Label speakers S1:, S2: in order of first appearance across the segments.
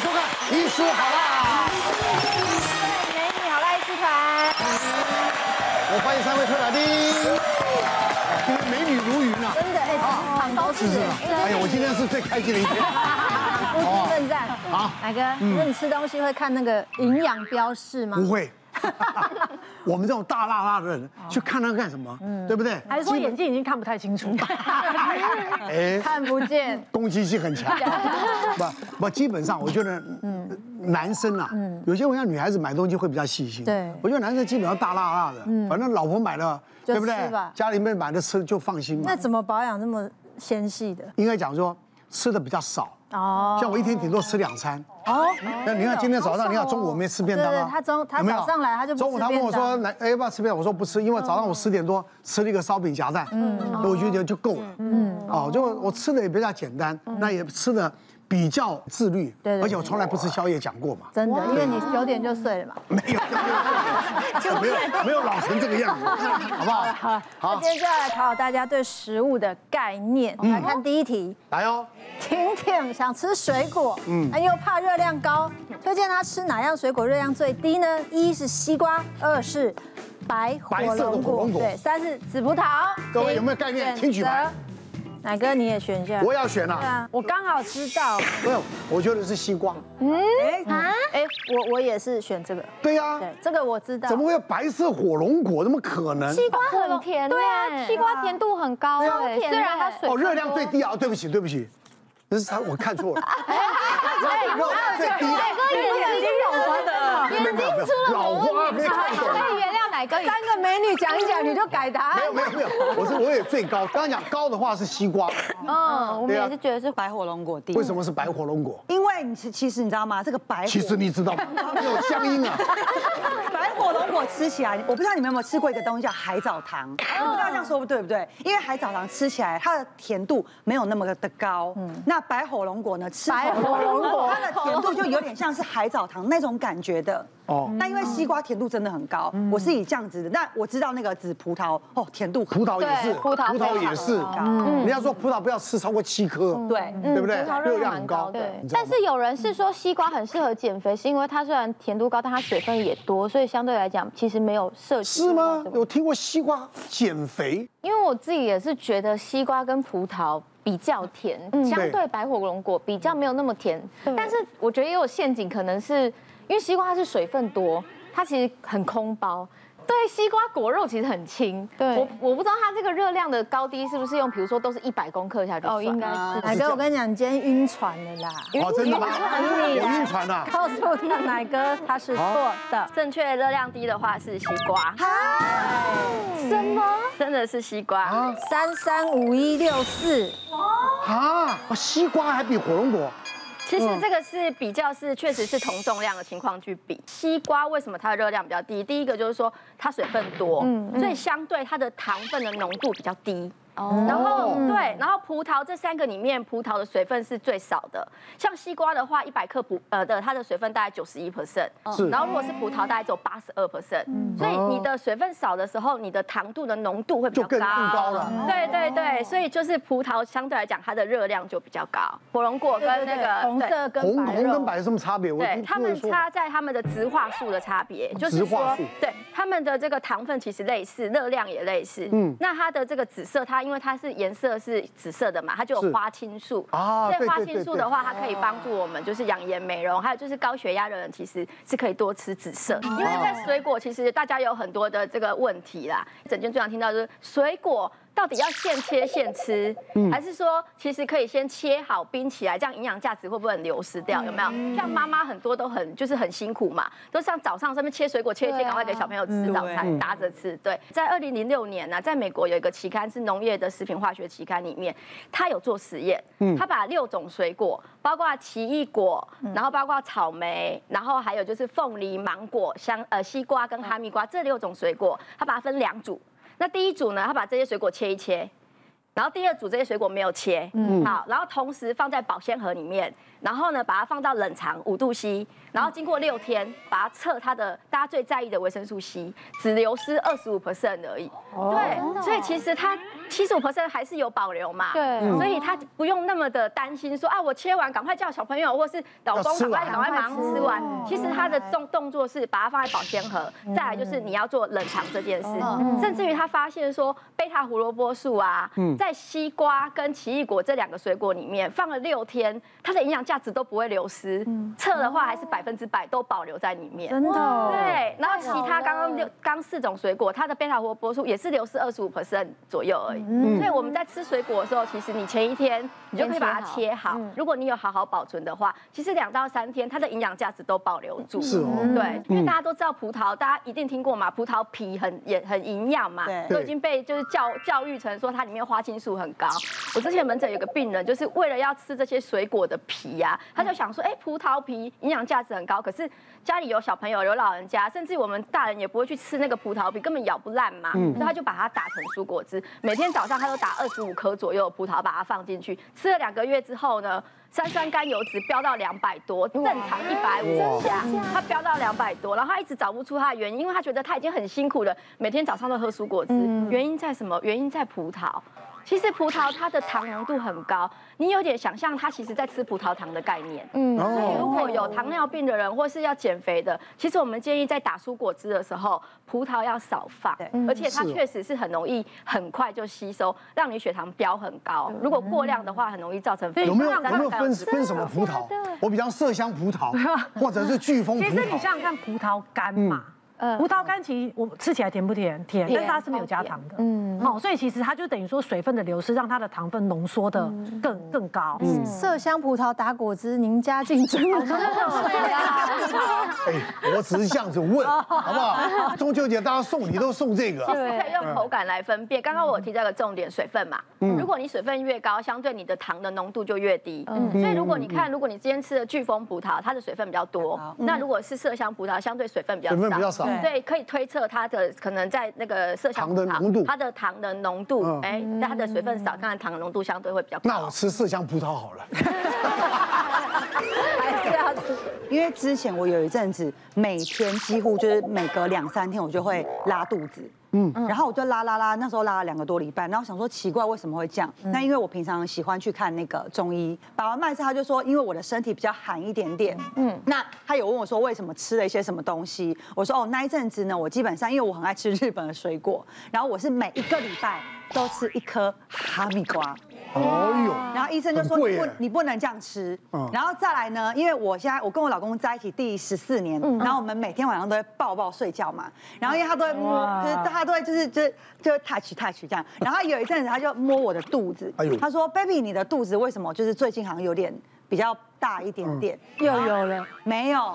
S1: 一叔好不好？
S2: 美女好赖剧团，
S1: 我欢迎三位推表弟，今天哎美女如云啊！
S2: 真的哎，好高兴
S1: 是不是？哎呀，我今天是最开心的一天。
S2: 哦我认赞。
S1: 好
S2: 奶哥，那你吃东西会看那个营养标示吗？
S1: 不，会，我们这种大辣辣的人去看他干什么？对不对？
S3: 还是说眼睛已经看不太清楚？
S1: 哎，
S2: 看不见。
S1: 攻击性很强。
S2: 嗯
S1: 不不，基本上我觉得，男生啊，有些我像女孩子买东西会比较细心。
S2: 嗯对嗯
S1: 我觉得男生基本上大辣辣的，反正老婆买了，
S2: 就
S1: 对不对
S2: 吃吧？
S1: 家里面买的吃就放心嘛
S2: 那。怎么保养那么纤细的？
S1: 应该讲说吃的比较少，
S2: 哦
S1: 像我一天顶多吃两餐。
S2: 哦，
S1: 那你看今天早上，你看中午我没吃便当
S2: 对对
S1: 啊
S2: 对。他中他
S1: 有没有
S2: 早上来他就不吃
S1: 中午他问我
S2: 便
S1: 说
S2: 当
S1: 来哎要不要吃便当？我说不吃，因为早上我十点多吃了一个烧饼夹蛋，所以我就觉得就够了。嗯，哦，就我吃的也比较简单，那也吃的比较自律，
S2: 对对对
S1: 而且我从来不吃宵夜，讲过嘛。
S2: 真的，因为你九点就睡了嘛。
S1: 没有，没有，没有老成这个样子，好不好？
S2: 那
S1: 好，
S2: 今天就要来考考大家对食物的概念。我们来看第一题，
S1: 来哦。
S2: 婷婷想吃水果，嗯，又怕热量高，推荐她吃哪样水果热量最低呢？一是西瓜，二是白火
S1: 白色的
S2: 龙
S1: 火
S2: 果
S1: 龙，果
S2: 对，三是紫葡萄。
S1: 各位有没有概念
S2: 请
S1: 请举牌
S2: 选择。奶哥你也选一下。
S1: 我要选
S2: 对
S1: 了，
S2: 啊，我刚好知道，
S1: 没有，我觉得是西瓜。
S2: 哎，我我也是选这个，
S1: 对呀，
S2: 对，这个我知道。
S1: 怎么会有白色火龙果？怎么可能？
S4: 西瓜很甜，
S5: 对啊，西瓜甜度很高
S4: 超
S5: 哎，
S2: 啊
S4: 甜
S5: 虽然它
S4: 的
S5: 水
S1: 哦，热量最低啊！对不起，对不起，那是他我看错了。热量最低
S2: 哎
S1: 啊！
S5: 眼睛老花的，眼睛出了
S1: 老花没看 懂。
S5: 可以原谅 奶哥，
S2: 三个美女讲一讲你就改答案
S1: 没有？没有没有，我是我也最高。刚刚讲高的话是西瓜，
S5: 嗯，我们
S1: 对啊
S5: 也是觉得是
S4: 白火龙果地
S1: 为什么是白火龙果？
S6: 因为你其其实你知道吗？这个白火
S1: 其实你知道吗？有乡音啊，
S6: 白火龙果吃起来，我不知道你们有没有吃过一个东西叫海藻糖，我不知道这样说对不对？因为海藻糖吃起来它的甜度没有那么的高，那白火龙果呢，吃
S2: 白火龙果
S6: 它的甜度就有点像是海藻糖那种感觉的。
S1: 哦
S6: 哦，那因为西瓜甜度真的很高，我是以这样子的。那我知道那个紫葡萄哦，甜度很
S1: 葡萄也是，
S5: 对葡萄
S1: 也是。人家说葡萄不要吃超过七颗，
S6: 对
S1: 对不对？
S5: 葡萄
S1: 热量很高，
S5: 对
S1: 你，知道
S5: 但
S1: 吗
S5: 是有人
S2: 嗯
S5: 是说西瓜很适合减肥，是因为它虽然甜度高，但它水分也多，所以相对来讲其实没有摄取。
S1: 是吗？有听过西瓜减肥？
S7: 因为我自己也是觉得西瓜跟葡萄比较甜，
S5: 嗯
S7: 相对白火龙果比较没有那么甜。但是我觉得也有陷阱，可能是因为西瓜它是水分多，它其实很空包。对，西瓜果肉其实很轻。
S5: 对
S7: 我我不知道它这个热量的高低是不是用，比如说都是一百公克下去算。
S5: 哦，应该是
S2: 啊奶哥，我跟你讲，你今天晕船了啦。
S1: 哦，真的吗？
S2: 你
S1: 我晕船啊！
S2: 告诉他奶哥他是错的。
S8: 正确热量低的话是西瓜，
S2: 嗯
S5: 什么？
S8: 真的是西瓜。
S2: 三三五一六四，
S1: 啊，哦西瓜还比火龙果
S8: 其
S1: 嗯
S8: 实这个是比较是确实是同重量的情况去比。西瓜为什么它的热量比较低？第一个就是说它水分多，
S1: 嗯
S8: 所以相对它的糖分的浓度比较低。然后对，然后葡萄这三个里面，葡萄的水分是最少的。像西瓜的话，一百克葡呃的它的水分大概九十一 percent，
S1: 是
S8: 然后如果是葡萄，大概只有八十二 percent。所以你的水分少的时候，你的糖度的浓度会比较
S1: 就更更高了。
S8: 对对对，所以就是葡萄相对来讲，它的热量就比较高。火龙果跟那个
S2: 红
S8: 对
S2: 色跟
S1: 红
S2: 白
S1: 红
S2: 肉
S1: 跟白有什么差别？我
S8: 对
S1: 听
S8: 它
S1: 听
S8: 们
S1: 人说
S8: 差在它们的植化素的差别，就是
S1: 植化
S8: 说
S1: 素，
S8: 对它们的这个糖分其实类似，热量也类似。
S1: 嗯
S8: 嗯，那它的这个紫色，它因为它是颜色是紫色的嘛，它就有
S1: 是
S8: 花青素
S1: 啊
S8: 所
S1: 对
S8: 以花
S1: 对对
S8: 青素
S1: 对
S8: 的话，它可以帮助我们就是养颜美容，还有就是高血压的人其实是可以多吃紫色，因为
S1: 哦
S8: 在水果其实大家有很多的这个问题啦，整间最常听到就是水果。到底要现切现吃，
S1: 嗯
S8: 还是说其实可以先切好冰起来，这样营养价值会不会很流失掉？有没有？
S1: 嗯
S8: 像妈妈很多都很就是很辛苦嘛，都像早上上面切水果切一切，
S5: 对啊
S8: 赶快给小朋友吃早餐，搭着吃。对，在二零零六年呢、在美国有一个期刊是农业的食品化学期刊里面，他有做实验，他把六种水果，包括奇异果，然后包括草莓，然后还有就是凤梨、芒果、香呃西瓜跟哈密瓜这六种水果，他把它分两组。那第一组呢，他把这些水果切一嗯
S1: 嗯
S8: 切，然后第二组这些水果没有切，好，然后同时放在保鲜盒里面，然后呢把它放到冷藏五度 C，然后经过六天把它测它的大家最在意的维生素 C，只流失二十五 percent 而已。对，所以其实它七十五 percent 还是有保留嘛。
S5: 对
S1: 嗯
S8: 所以他不用那么的担心说啊，我切完赶快叫小朋友或是老
S1: 要
S8: 公
S1: 吃
S8: 赶快
S1: 完
S8: 赶快忙吃完。其实他的动动作是把它放在保鲜盒，再来
S2: 嗯
S8: 就是你要做冷藏这件事，甚至于他发现说贝塔胡萝卜素啊，
S2: 嗯
S8: 在西瓜跟奇异果这两个水果里面放了六天，它的营养价值都不会流失，测的话还是百分之百都保留在里面。
S2: 嗯真的哦，
S8: 对，然后其他刚刚六刚四种水果，它的贝塔胡萝卜素也是流失二十五 percent 左右而已。
S2: 嗯
S8: 所以我们在吃水果的时候，其实你前一天你就可以把它切好，如果你有好好保存的话，其实两到三天它的营养价值都保留住。
S1: 是哦
S8: 对，因为大家都知道葡萄，大家一定听过嘛，葡萄皮很也很营养嘛
S6: 对，
S8: 都已经被就是教教育成说它里面花青素很高。我之前门诊有个病人，就是为了要吃这些水果的皮呀、他就想说，哎，葡萄皮营养价值很高，可是家里有小朋友、有老人家，甚至我们大人也不会去吃那个葡萄皮，根本咬不烂嘛，所以他就把它打成蔬果汁，每天早上他都打二十五颗左右的葡萄，把它放进去，吃了两个月之后呢。三酸甘油脂飙到两百多，正常一百
S1: 哦
S8: 五下，他飙到两百多，然后他一直找不出他的原因，因为他觉得他已经很辛苦了，每天早上都喝蔬果汁，原因在什么？原因在葡萄。其实葡萄它的糖浓度很高，你有点想象它其实在吃葡萄糖的概念。所以如
S1: 哦，
S8: 果有糖尿病的人或是要减肥的，其实我们建议在打蔬果汁的时候，葡萄要少放
S6: 对，
S8: 而且它
S1: 是哦
S8: 确实是很容易很快就吸收，让你血糖飙很高。如果过量的话，很容易造成肥
S1: 有没有
S8: 胖
S1: 有没有分
S8: 真的
S1: 分什么葡萄？我比较麝香葡萄，或者是飓风葡
S3: 其实你
S1: 萄。
S3: 想想看，葡萄干嘛，葡萄干其实我吃起来甜不甜？呃甜，但是它是没有加糖的，嗯，哦，所以其实它就等于说水分的流失，让它的糖分浓缩的更更高，嗯，
S2: 麝香葡萄打果汁，您家竞争
S1: 啊 哎，我只是这样子问，好不好？中秋节大家送礼都送这个，
S8: 是哦可以用口感来分辨。刚
S1: 嗯
S8: 刚我有提到一个重点，水分嘛。如果你水分越高，相对你的糖的浓度就越低。
S1: 嗯
S8: 所以如果你看，如果你今天吃的飓风葡萄，它的水分比较多；那如果是麝香葡萄，相对水分比较
S1: 水
S8: 少。
S1: 分比较少。
S8: 对，可以推测它的可能在那个麝香
S1: 糖
S8: 葡萄
S1: 的浓度
S8: 它的糖的浓
S1: 嗯
S8: 度，哎，那它的水分少，当然糖的浓度相对会比较高。
S1: 那我吃麝香葡萄好了。
S8: 还是要吃
S6: 因为之前我有一阵子每天几乎就是每隔两三天我就会拉肚子，嗯，然后我就拉拉拉，那时候拉了两个多礼拜，然后想说奇怪为什么会这样？那因为我平常喜欢去看那个中医，把完脉之后他就说，因为我的身体比较寒一点点，嗯，那他有问我说为什么吃了一些什么东西，我说哦那一阵子呢，我基本上因为我很爱吃日本的水果，然后我是每一个礼拜都吃一颗哈密瓜，
S1: 哦
S6: 然后医生就说
S1: 很贵
S6: 你不
S1: 耶
S6: 你不能这样吃
S1: 嗯。
S6: 然后再来呢，因为我现在我跟我老公在一起第十四年，然后我们每天晚上都会抱抱睡觉嘛。然后因为他都会摸，就是他都会就是就是就是 touch touch 这样。然后有一阵子他就摸我的肚子
S1: 哎呦，
S6: 他说 baby 你的肚子为什么就是最近好像有点比较大一点点？
S1: 嗯
S3: 又有了，
S6: 没有，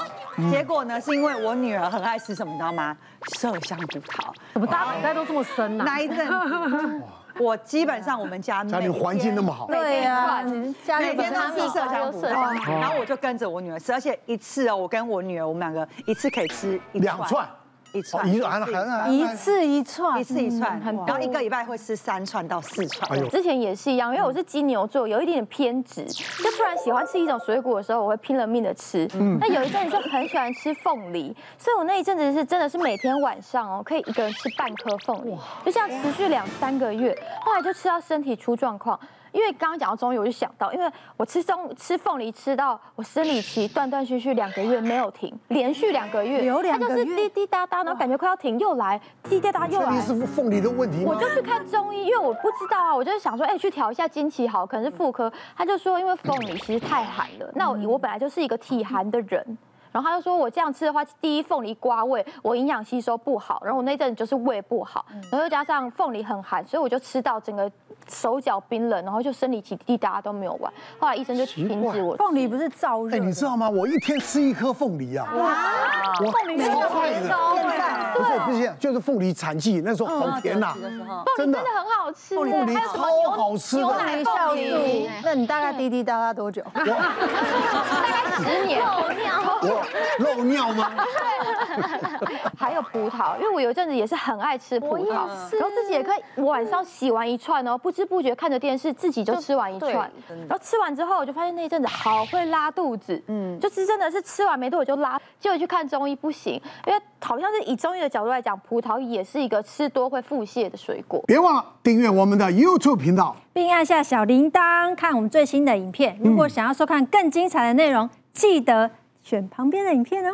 S6: 结果呢是因为我女儿很爱吃什么，你知道吗？麝香葡萄。
S3: 怎么大家口袋都这么深啊呢？
S6: 那一阵子，我基本上我们家
S1: 呦，家里
S6: 每
S1: 环境
S6: 天
S1: 那么好，
S2: 对啊呀，家
S6: 每
S2: 里
S6: 天都吃麝香葡
S5: 有麝香
S6: 萄，
S1: 哦
S6: 然后我就跟着我女儿吃，而且一次哦，我跟我女儿我们两个一次可以吃一
S1: 两串，
S6: 一
S1: 哦
S6: 串，
S1: 一还还还
S2: 一次一串
S6: 一，次一串，然后一个礼拜会吃三串到四
S1: 哎
S6: 串
S1: 呦。
S5: 之前也是一样，因为我是金牛座，有一点点偏执，就突然喜欢吃一种水果的时候，我会拼了命的吃。
S2: 嗯
S5: 那有一阵子就很喜欢吃凤梨，所以我那一阵子是真的是每天晚上哦，可以一个人吃半颗凤梨，就这样持续两三个月，后来就吃到身体出状况。因为刚刚讲到中医，我就想到，因为我吃中吃凤梨吃到我生理期断断续续两个月没有停，连续两个月，
S2: 有两个
S5: 它就是
S2: 月
S5: 滴滴答答，然后感觉快要停，又来滴滴答答又
S1: 这
S5: 来
S1: 里。是凤梨的问题
S5: 我
S1: 吗？
S5: 就去看中医，因为我不知道啊，我就是想说，哎、去调一下经期好，可能是妇科。他就说，因为凤梨其实太寒了，那我
S1: 嗯
S5: 我本来就是一个体寒的人。然后他就说，我这样吃的话，第一凤梨刮胃，我营养吸收不好，然后我那阵子就是胃不好，
S1: 嗯
S5: 然后又加上凤梨很寒，所以我就吃到整个手脚冰冷，然后就生理期滴答都没有完。后来医生就
S1: 奇
S5: 停
S1: 怪
S5: 止我吃
S2: 凤梨不是燥热
S1: 哎，
S2: 的吗，
S1: 你知道吗？我一天吃一颗凤梨啊，我超快的，不是不是，就是凤梨产季，那时候好甜呐，
S5: 凤梨真的很好哦吃，
S1: 凤梨凤梨
S5: 还有什么
S1: 超
S5: 牛
S1: 好吃的
S5: 牛奶凤梨，哎嗯
S2: 那你大概滴滴答答多久？
S5: 十年。
S1: 我漏尿吗？
S5: 还有葡萄，因为我有一阵子也是很爱吃葡萄，然后自己也可以晚上洗完一串哦，不知不觉看着电视自己就吃完一串，然后吃完之后我就发现那一阵子好会拉肚子，嗯，就是真的是吃完没多久就拉，结果去看中医不行，因为好像是以中医的角度来讲，葡萄也是一个吃多会腹泻的水果。
S1: 别忘了订阅我们的 YouTube 频道。
S2: 并按下小铃铛看我们最新的影片。如果想要收看更精彩的内容，记得选旁边的影片哦。